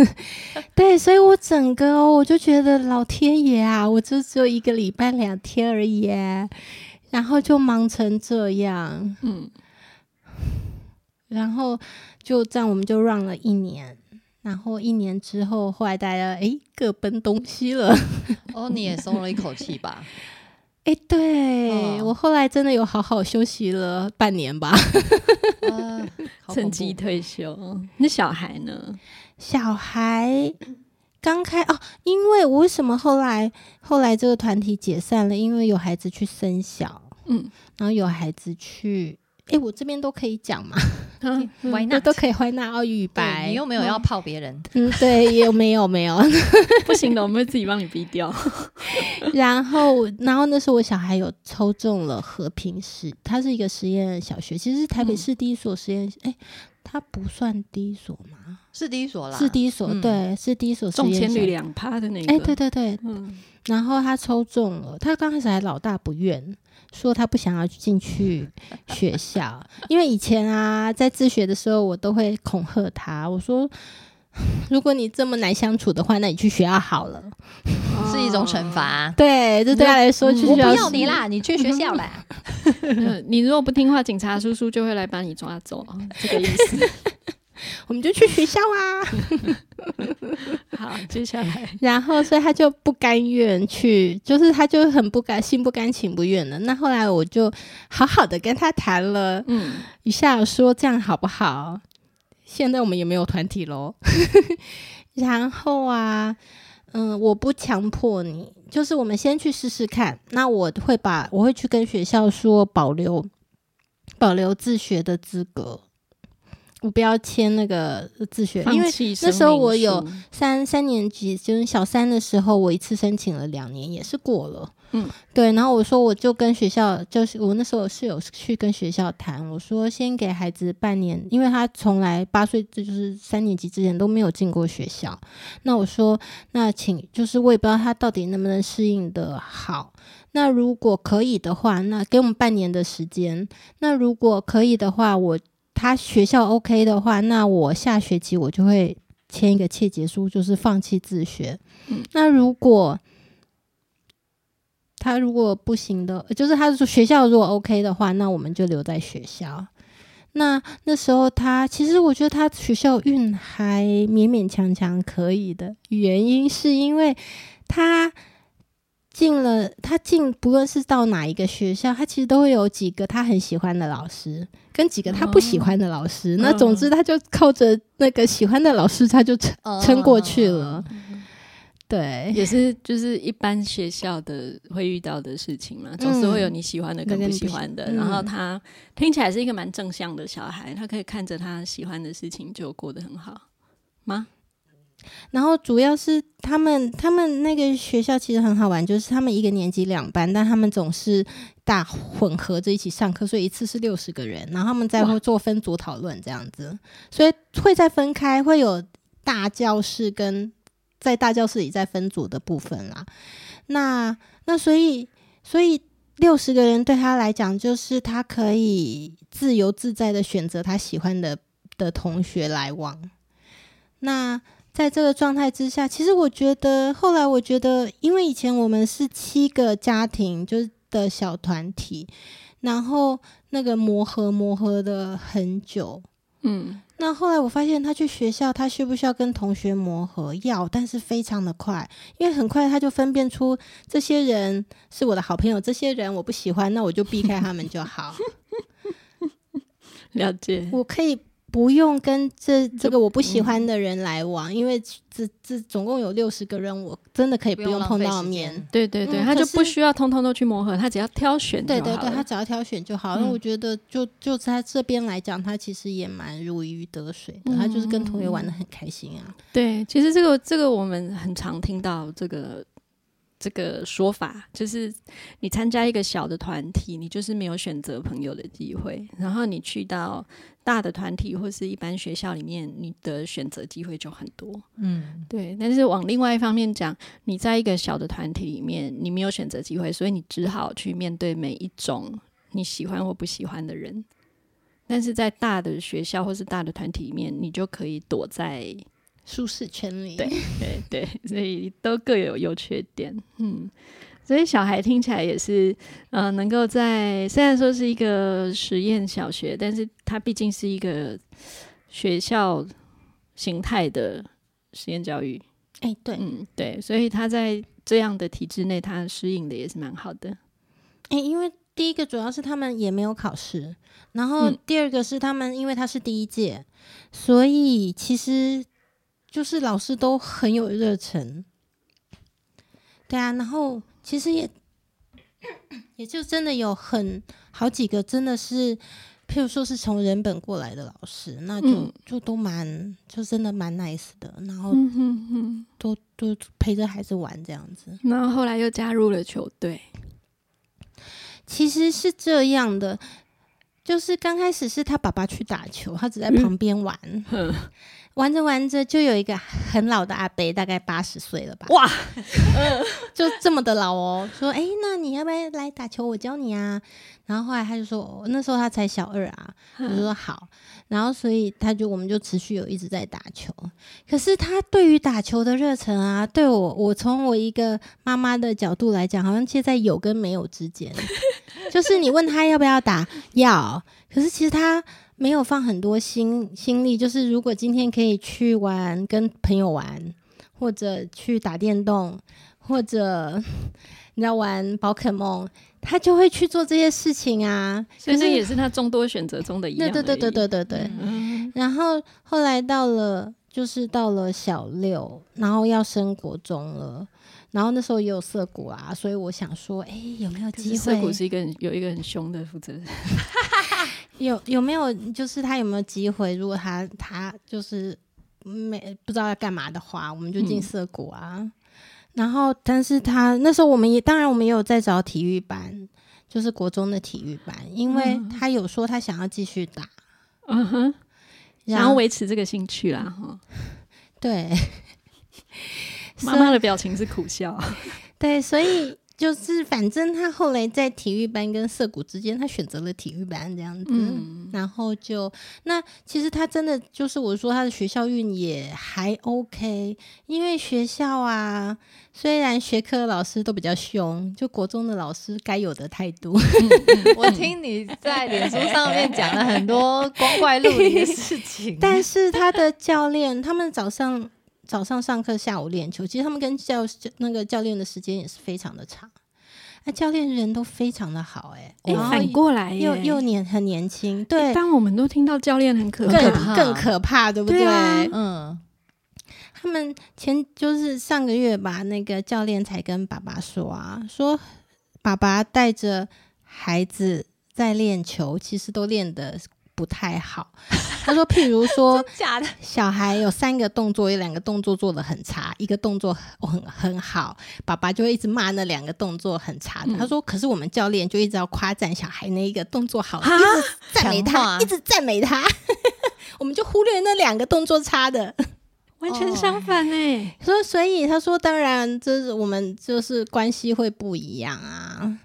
对，所以我整个、哦、我就觉得老天爷啊，我就只有一个礼拜两天而已耶，然后就忙成这样。嗯，然后就这样，我们就 run 了一年。然后一年之后，后来大家诶各奔东西了。哦，你也松了一口气 吧？诶，对、哦我后来真的有好好休息了半年吧。啊，好恐趁怖机退休。那小孩呢？小孩刚开哦，因为我为什么后来后来这个团体解散了？因为有孩子去生小，嗯，然后有孩子去。诶，我这边都可以讲 嘛，嗯 嗯，Why 那 not？嗯都可以欢纳奥语对白。你又没有要泡别人，嗯，对，也没有 没有，不行的，我们会自己帮你逼掉。然后，然后那时候我小孩有抽中了和平实，它是一个实验小学，其实是台嗯北市第一所实验，哎、它不算第一所吗？是第一所啦，是第一所，嗯对，是第一所实 中验小签率。两趴的那个，哎、对，对对，嗯，然后他抽中了，他刚开始还老大不愿，说他不想要 进去学校，因为以前啊，在自学的时候，我都会恐吓他，我说。如果你这么难相处的话，那你去学校好了。是一种惩罚。对，这对他来说去嗯我学不校哦要嗯是你啦，你去学校啦。呃你如果不听话，警察叔叔就会来把你抓走啊，这个意思。我们就去学 校啊。 好，接下来然后，所以他就不甘愿去，就是他就很不甘心不甘情不愿的。那后来我就好好的跟他谈了嗯，一下，说这样好不好？现在我们也没有团体喽。 然后啊，嗯，我不强迫你，就是我们先去试试看。那我会把我会去跟学校说保留保留自学的资格，我不要签那个自学，因为放弃那时候我声有明书三三年级，就是小三的时候，我一次申请了两年，也是过了。嗯，对。然后我说，我就跟学校，就是我那时候是有去跟学校谈，我说先给孩子半年，因为他从来八岁，这就是三年级之前都没有进过学校。那我说，那请就是我也不知道他到底能不能适应的好。那如果可以的话，那给我们半年的时间。那如果可以的话，我他学校 OK 的话，那我下学期我就会签一个切结书，就是放弃自学。嗯那如果他如果不行的，就是他说学校如果 OK 的话，那我们就留在学校。那那时候他其实我觉得他学校运还勉勉强强可以的，原因是因为他进了他进不论是到哪一个学校，他其实都会有几个他很喜欢的老师，跟几个他不喜欢的老师。那总之他就靠着那个喜欢的老师，他就成呃 撑过去了。对， 也是就是一般学校的会遇到的事情嘛，总是会有你喜欢的跟嗯那嗯不喜跟欢的。不喜然后他听起来是一个蛮正向的小孩，他可以看着他喜欢的事情就过得很好吗？然后主要是他们他们那个学校其实很好玩，就是他们一个年级两班，但他们总是大混合着一起上课，所以一次是六十个人，然后他们再哇会做分组讨论这样子，所以会再分开，会有大教室跟在大教室里再分组的部分啦。那那所以所以六十个人对他来讲，就是他可以自由自在的选择他喜欢的的同学来往。那在这个状态之下，其实我觉得后来我觉得，因为以前我们是七个家庭就是的小团体，然后那个磨合磨合的很久，嗯，那后来我发现他去学校，他需不需要跟同学磨合？要，但是非常的快，因为很快他就分辨出这些人是我的好朋友，这些人我不喜欢，那我就避开他们就好。了解。我可以不用跟这嗯这个我不喜欢的人来往，因为这这总共有六十个人，我真的可以不用碰到面。对对对，嗯他就可是不需要通通都去磨合，他只要挑选就对好对对，了他只要挑选就好。那、嗯我觉得就就在这边来讲，他其实也蛮如鱼得水嗯的，他就是跟同学玩的很开心啊。对，其实这个这个我们很常听到这个这个说法，就是你参加一个小的团体，你就是没有选择朋友的机会，然后你去到大的团体或是一般学校里面，你的选择机会就很多。嗯，对，但是往另外一方面讲，你在一个小的团体里面，你没有选择机会，所以你只好去面对每一种你喜欢或不喜欢的人。但是在大的学校或是大的团体里面，你就可以躲在舒适圈里，对对对，所以都各有优缺点，嗯，所以小孩听起来也是，呃，能够在虽然说是一个实验小学，但是它毕竟是一个学校形态的实验教育，哎、对，嗯，对，所以他在这样的体制内，他适应的也是蛮好的，诶，因为第一个主要是他们也没有考试，然后嗯第二个是他们因为他是第一届，所以其实就是老师都很有热忱。对啊，然后其实也也就真的有很好几个真的是。譬如说是从人本过来的老师，那就、嗯就都蛮就真的蛮 nice 的，然后嗯哼哼，都都陪着孩子玩这样子。然后后来又加入了球队，其实是这样的，就是刚开始是他爸爸去打球，他只在旁边玩，玩着玩着就有一个很老的阿伯，大概八十岁了吧，哇，就这么的老哦，说哎、诶那你要不要来打球？我教你啊。然后后来他就说，哦那时候他才小二啊，我就说好。然后所以他就我们就持续有一直在打球，可是他对于打球的热忱啊，对我我从我一个妈妈的角度来讲，好像介在有跟没有之间。就是你问他要不要打，要，可是其实他没有放很多心心力。就是如果今天可以去玩，跟朋友玩，或者去打电动，或者你知道玩宝可梦，他就会去做这些事情啊。所以可这是也是他众多选择中的一对样。对对对，对对对。嗯，然后后来到了，就是到了小六，然后要升国中了。然后那时候也有涩谷啊，所以我想说，哎，有没有可机是会？涩谷是一个很有一个很凶的负责人，有有没有就是他有没有机会？如果他他就是没不知道要干嘛的话，我们就进嗯涩谷啊。然后，但是他那时候我们也当然我们也有在找体育班，就是国中的体育班，因为嗯他有说他想要继续打，嗯哼，然想后要维持这个兴趣啦，哈。对 妈妈的表情是苦笑，对，所以就是反正他后来在体育班跟涩谷之间，他选择了体育班这样子。嗯，然后就那其实他真的就是我说他的学校运也还 OK，因为学校啊，虽然学科老师都比较凶，就国中的老师该有的态度，嗯嗯我听你在脸书上面讲了很多光怪陆离的事情， 但是他的教练他们早上早上上课，下午练球，其实他们跟教那个教练的时间也是非常的长。那、教练人都非常的好、欸，哎、哎，然后反过来耶又又年很年轻，对，但我们都听到教练很可更怕，更可怕，对不对啊 嗯，他们前就是上个月吧，那个教练才跟爸爸说啊，说爸爸带着孩子在练球，其实都练得不太好。 他说，譬如 说，假的，小孩有三个动作，有两个动作做的很差，一个动作很很好，爸爸就会一直骂那两个动作很差的。嗯他说，可是我们教练就一直要夸赞小孩那一个动作好，啊一直赞美强他，化一直赞美他， 我们就忽略那两个动作差的。完哦全相反哎，所以，所以他说，当然，这是我们就是关系会不一样啊。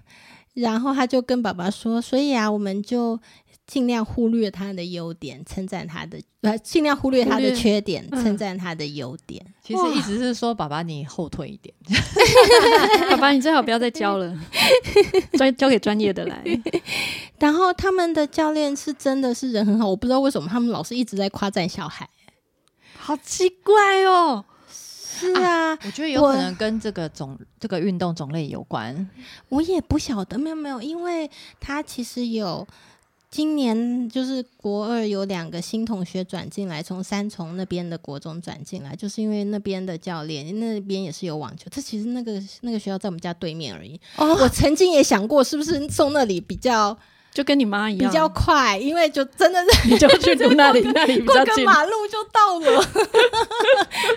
然后他就跟爸爸说，所以啊，我们就尽量忽略他的优点，称赞他的；呃，尽量忽略他忽的略缺点，嗯称赞他的优点。其实一直是说爸爸你后退一点，爸爸你最 好不要再教了， 专交给专业的来，然后他们的教练是真的是人很好，我不知道为什么他们老是一直在夸赞小孩。好奇怪哦，是啊，我觉得有我可能跟这个种这个运动种类有关，我也不晓得，没有没有，因为他其实有今年就是国二有两个新同学转进来，从三重那边的国中转进来，就是因为那边的教练那边也是有网球，他其实那个那个学校在我们家对面而已。哦我曾经也想过是不是送那里比较就跟你妈一比样，较快，因为就真的 是你就去读那里，那里比过较个近，马路就到 了，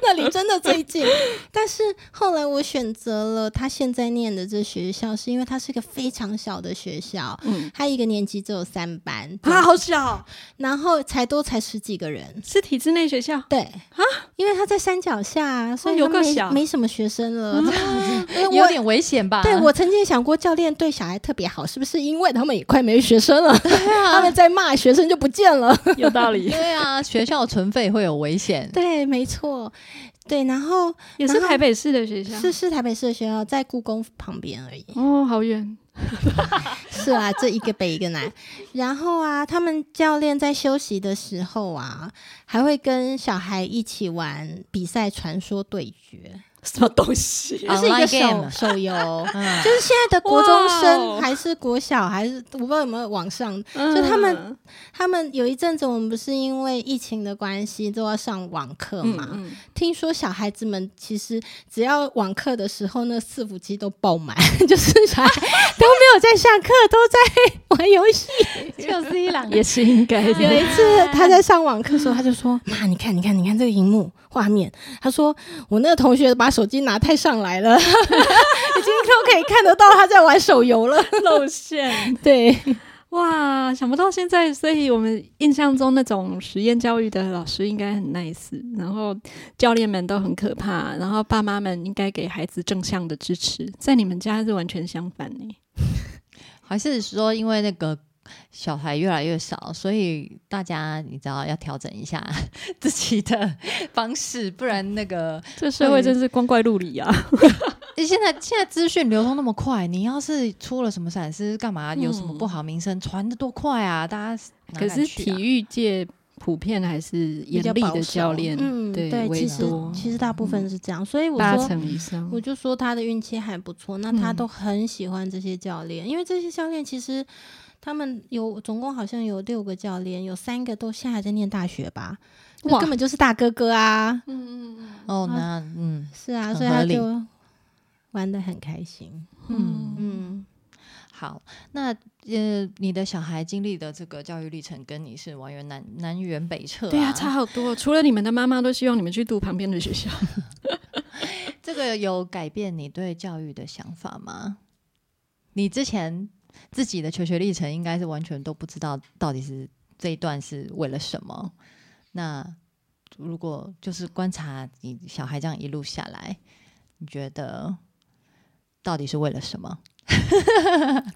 那里真的最近。但是后来我选择了他现在念的这学校，是因为它是一个非常小的学校，嗯他一个年级只有三班，啊，好小，然后才都才十几个人。是体制内学校， 对啊，因为他在山脚下啊，所以哦有他够没小啊没什么学生 了。因为有我点危险吧？ 对我曾经想过，教练对小孩特别好，是不是因为他们也快没学生 了？他们在骂学生就不见了。有道理，对啊，学校存废会有危 险，对，没错，对。然后也是台北市的学校，啊是是台北市的学校，在故宫旁边而已。 哦，好远，是啊，这一个北一个南。然后啊，他们教练在休息的时候啊，还会跟小孩一起玩比赛传说对决，什么东西？就是一个 Online game。手手游嗯就是现在的国中哇生哦还是国小还是我不知道有没有往上，就他嗯们他们有一阵子我们不是因为疫情的关系都要上网课嗯嘛？嗯，听说小孩子们其实只要网课的时候，那伺服器都爆满， 就是小孩都没有在下课，都在玩游戏。就是伊朗嗯也是应该有的，一次他在上网课的时候，他就说：“妈，你看，你看，你看这个荧幕画面。”他说：“我那个同学把手机拿太上来了，已 经都可以看得到他在玩手游了。露馅。”对，哇，想不到现在，所以我们印象中那种实验教育的老师应该很 nice，然后教练们都很可怕，然后爸妈们应该给孩子正向的支持，在你们家是完全相反呢。 还是说因为那个小孩越来越少，所以大家你知道要调整一下 自己的方式，不然那个这社会真是光怪陆 离啊！诶 现在现在资讯流通那么快，你要是出了什么闪失，干嘛有什么嗯不好名声传的多快啊？大家哪可敢是去体啊育界普遍还是严厉的教练，嗯，对对，为其实多其实大部分是这样，所以我八说成以上我。就说他的运气还不错，那他嗯都很喜欢这些教练，因为这些教练其实他们有总共好像有六个教练，有三个都现在还在念大学吧，就哇根本就是大哥哥啊，嗯哦，那嗯是啊，很所以他合理就玩的很开心，嗯嗯，好，那呃你的小孩经历的这个教育历程跟你是完全南南辕北辙、对啊，差好多。除了你们的妈妈都希望你们去读旁边的学校，这个有改变你对教育的想法吗？你之前自己的求学历程应该是完全都不知道到底是这一段是为了什么。那如果就是观察你小孩这样一路下来，你觉得到底是为了什么？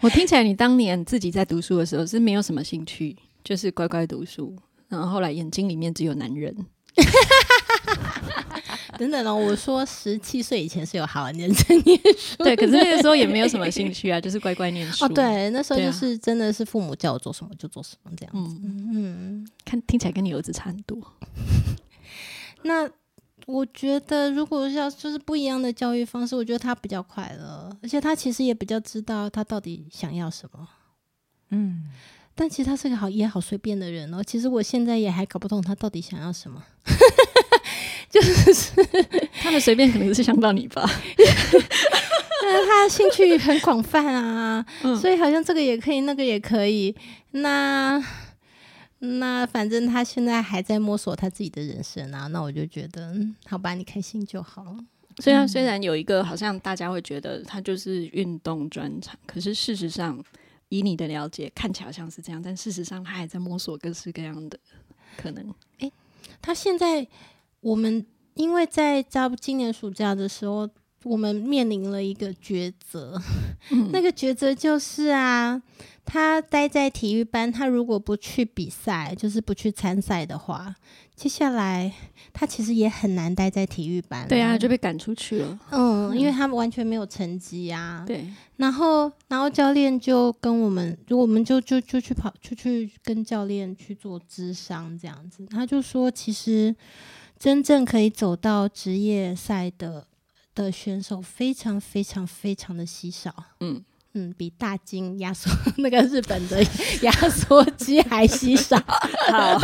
我听起来你当年自己在读书的时候是没有什么兴趣，就是乖乖读书，然后后来眼睛里面只有男 人。等等哦，我说十七岁以前是有好好认真念书，对，可是那个时候也没有什么兴趣啊，就是乖乖念书。哦，，对， 那时候对就啊是真的是父母叫我做什么就做什么这样，嗯，嗯。看听起来跟你儿子差很多。那我觉得，如果要就是不一样的教育方式，我觉得他比较快乐，而且他其实也比较知道他到底想要什么。嗯，但其实他是个好也好随便的人哦。其实我现在也还搞不懂他到底想要什么。他的随便可能是想到你吧。但他的兴趣很广泛啊， 嗯所以好像这个也可以，那个也可以。那那反正他现在还在摸索他自己的人生啊。那我就觉得，嗯好吧，你开心就好。虽然虽然有一个好像大家会觉得他就是运动专场，可是事实上，以你的了解，看起来好像是这样，但事实上他还在摸索各式各样的可能。他现在我们因为在差不多今年暑假的时候，我们面临了一个抉择，嗯那个抉择就是啊，他待在体育班，他如果不去比赛，就是不去参赛的话，接下来他其实也很难待在体育班。对啊，就被赶出去了。嗯，因为他们完全没有成绩啊。对，然后，然后教练就跟我们，就我们就就就去跑，就去跟教练去做咨商这样子。他就说，其实真正可以走到职业赛的的选手，非常非常非常的稀少。嗯嗯，比大金压缩 那个日本的压缩机还稀少。好，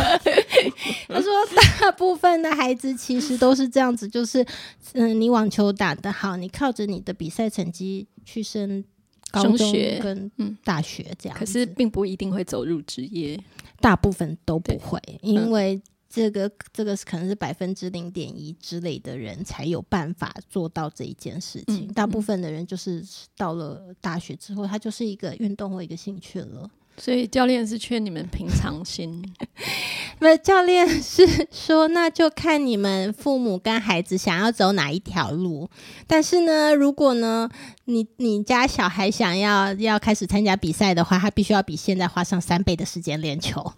他说，嗯大部分的孩子其实都是这样子，就是，嗯，你网球打得好，你靠着你的比赛成绩去升高中中学跟嗯大学这样子。可是并不一定会走入职业。大部分都不会，嗯因为这个这个是可能是百分之零点一之类的人才有办法做到这一件事情。嗯大部分的人就是到了大学之后，他就是一个运动或一个兴趣了。所以教练是劝你们平常心。那教练是说，那就看你们父母跟孩子想要走哪一条路。但是呢，如果呢，你你家小孩想要要开始参加比赛的话，他必须要比现在花上三倍的时间练球。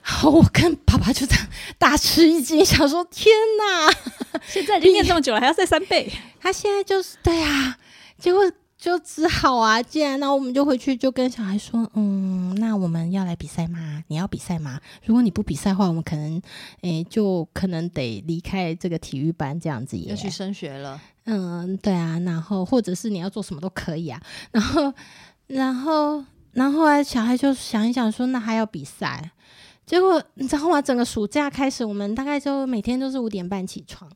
好，我跟爸爸就这样大吃一惊，想说天哪，现在已经念这么久了，还要再三 倍。他现在就是对啊，结果就只好啊，既然那我们就回去就跟小孩说，嗯，那我们要来比赛吗？你要比赛吗？如果你不比赛的话，我们可能诶、就可能得离开这个体育班这样子要也去升学了，嗯，对啊，然后或者是你要做什么都可以啊，然后然后然后后来小孩就想一想说，那还要比赛。结果你知道吗？整个暑假开始，我们大概就每天都是五点半起床，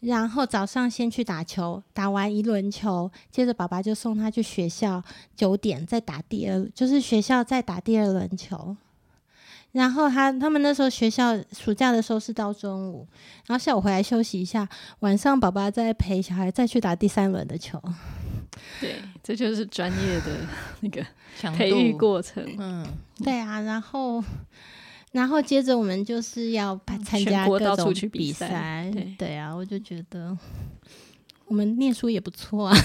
然后早上先去打球，打完一轮球，接着爸爸就送他去学校，九点再打第二，就是学校再打第二轮球。然后他他们那时候学校暑假的时候是到中午，然后下午回来休息一下，晚上爸爸再陪小孩再去打第三轮的球。对，这就是专业的那个强培育过程。嗯，对啊，然后然后接着我们就是要把参全加国各到处种去比比赛赛对 对啊，我就觉得我们念书也不错 啊。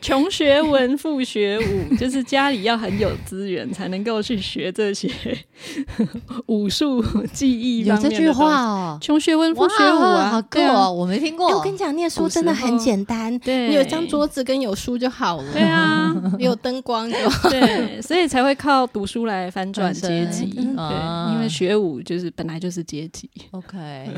穷学文，富学武，就是家里要很有资源才能够去学这些武术技艺有方面这的句话东哦西，，穷学文，富学武哇啊，好酷对啊哦，我没听哎过我。跟 你讲，念古书时真的很候简单，对，你有一张，桌子跟有书就好对了，啊，有灯光就好。对，所以才会靠读书来翻转阶级，翻身啊对，因为学武就是本来就是阶级， OK，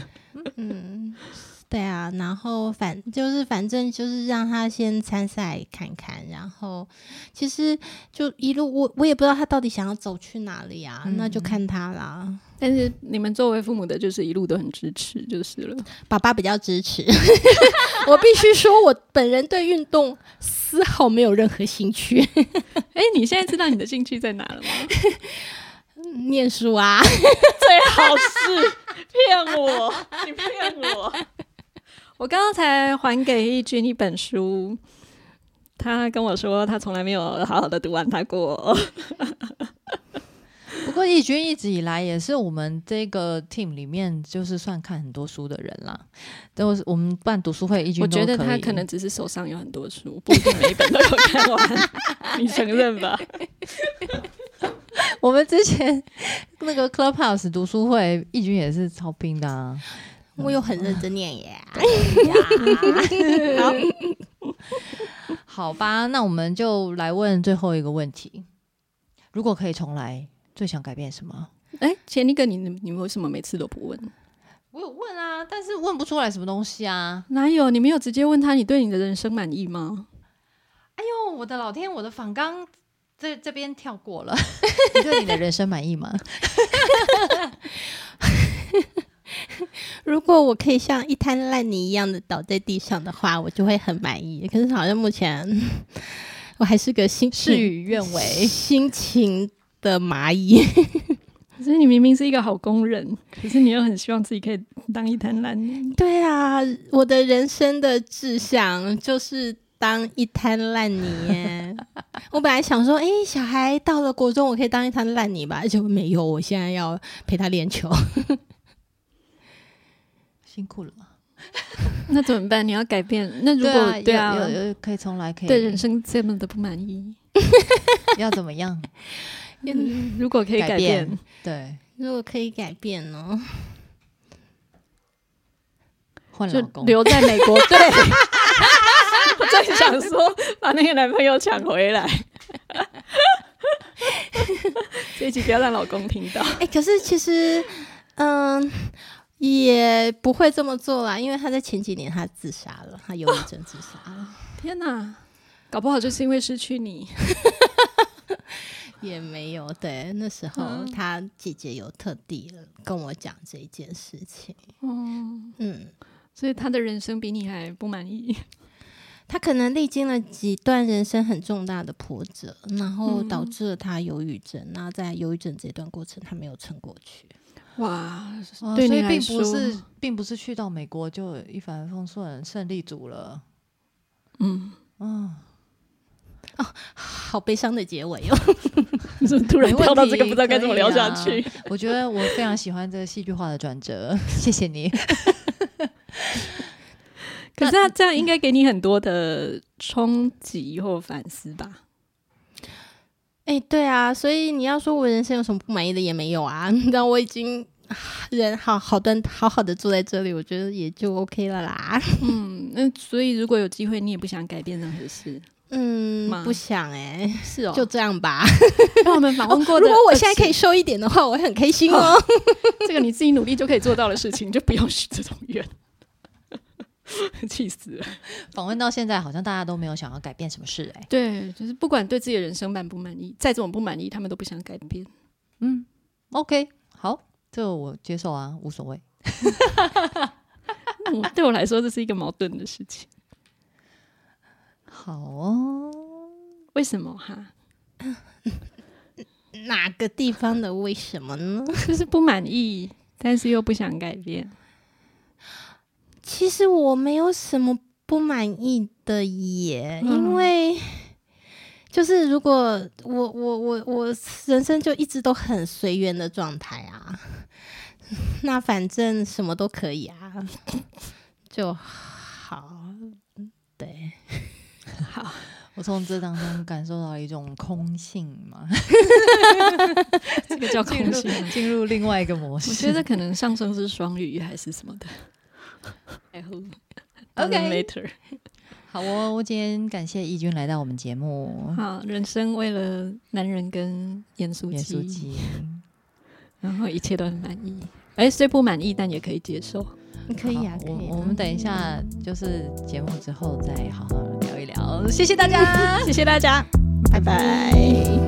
嗯， 对啊，然后反就是反正就是让他先参赛看看，然后其实就一路我我也不知道他到底想要走去哪里啊，那就看他啦。但是你们作为父母的，就是一路都很支持，就是 了。爸爸比较支持， 我必须说，我本人对运动丝毫没有任何兴趣， 哎、你现在知道你的兴趣在哪了吗？念书啊， 最好是骗我，你骗我。 我刚刚才还给义军一本书，他跟我说他从来没有好好的读完它过。不过义军一直以来也是我们这个 team 里面就是算看很多书的人啦。都是我们办读书会，义军我都觉得可他以可能只是手上有很多书，不一定每一本都有看完。你承认吧？我们之前 那个 Clubhouse 读书会，义军也是超拼的啊。我有很认真念耶。 好吧，那我们就来问最后一个问题：如果可以重来，最想改变什么？哎、前一个你你为什么每次都不问？我有问啊，但是问不出来什么东西啊！哪有？你没有直接问他，你对你的人生满意吗？哎呦，我的老天，我的反纲这这边跳过了。 你对你的人生满意 吗？如果我可以像一滩烂泥一样的倒在地上的话，我就会很满意。可是好像目前 我还是个心事与愿违。心情的蚂蚁。可是你明明是一个好工人，可是你又很希望自己可以当一滩烂泥。 对啊，我的人生的志向就是当一滩烂泥 耶。我本来想说，诶，小孩到了国中，我可以当一滩烂泥吧？结果没有，我现在要陪他练球。辛苦了。 那怎么办？你要改变？那如对果啊，对啊，有有有可以重来，可以对人生这么的不满意，要怎么样？如果可以改变变，对， 如果可以改变哦呢？换老就公。留在美 国。对，我正想说把那个男朋友抢回来。 这一集不要让老公听到。哎、可是其实，嗯，也不会这么做啦，因为他在前几年他自杀了，他忧郁症自杀哦了，天哪，搞不好就是因为失去你。也没有。对，那时候嗯他姐姐有特地跟我讲这一件事情，哦，嗯。所以他的人生比你还不满意。他可能历经了几段人生很重大的波折，然后嗯导致了他忧郁症。那在忧郁症这段过程，他没有撑过去。 哇，哦所对你以来并不说是，并不是去到美国就一帆风顺、胜利组了。嗯，嗯，好悲伤的结尾哦！你 怎么突然没问跳到这个，不题知道该怎么可以聊下啊去？我觉得我非常喜欢这个戏剧化的转折， 谢谢你。可是他这样应该给你很多的冲击或反思吧？哎、对啊，所以你要说我人生有什么不满意的也没有啊。 但我已经啊人好好的好好的坐在这里，我觉得也就 OK 了啦。嗯，那所以如果有机会，你也不想改变任何事，嗯吗，不想哎、是哦就这样吧。让我们访问过的、如果我现在可以瘦一点的话，我会很开心哦。这个你自己努力就可以做到的事情，就不要许这种愿。气死了！访问到现在，好像大家都没有想要改变什么事哎、对，就是不管对自己的人生满不满意，再怎么不满意，他们都不想改变。嗯，OK，好，这我接受啊，无所谓。嗯对我来说，这是一个矛盾的事情。好哦，为什么哈？哪个地方的为什么呢？就是不满意，但是又不想改变。其实我没有什么不满意的耶，嗯因为就是如果我我我我人生就一直都很随缘的状态啊， 那反正什么都可以啊，就好。对，我从这当中感受到一种空性嘛， 这个叫进空入性吗。进入另外一个模 我式。觉得可能上升是双鱼还是什么 的。I hope OK later。好哦，我今天感谢义军来到我们节目，好，人生为了男人跟盐酥严书鸡，记，然后一切都很满意。哎，虽不满意，但也可以接受。可以啊好，可以啊、我我们等一下就是节 目之后再好好聊一聊，谢谢大家。谢谢大家。拜拜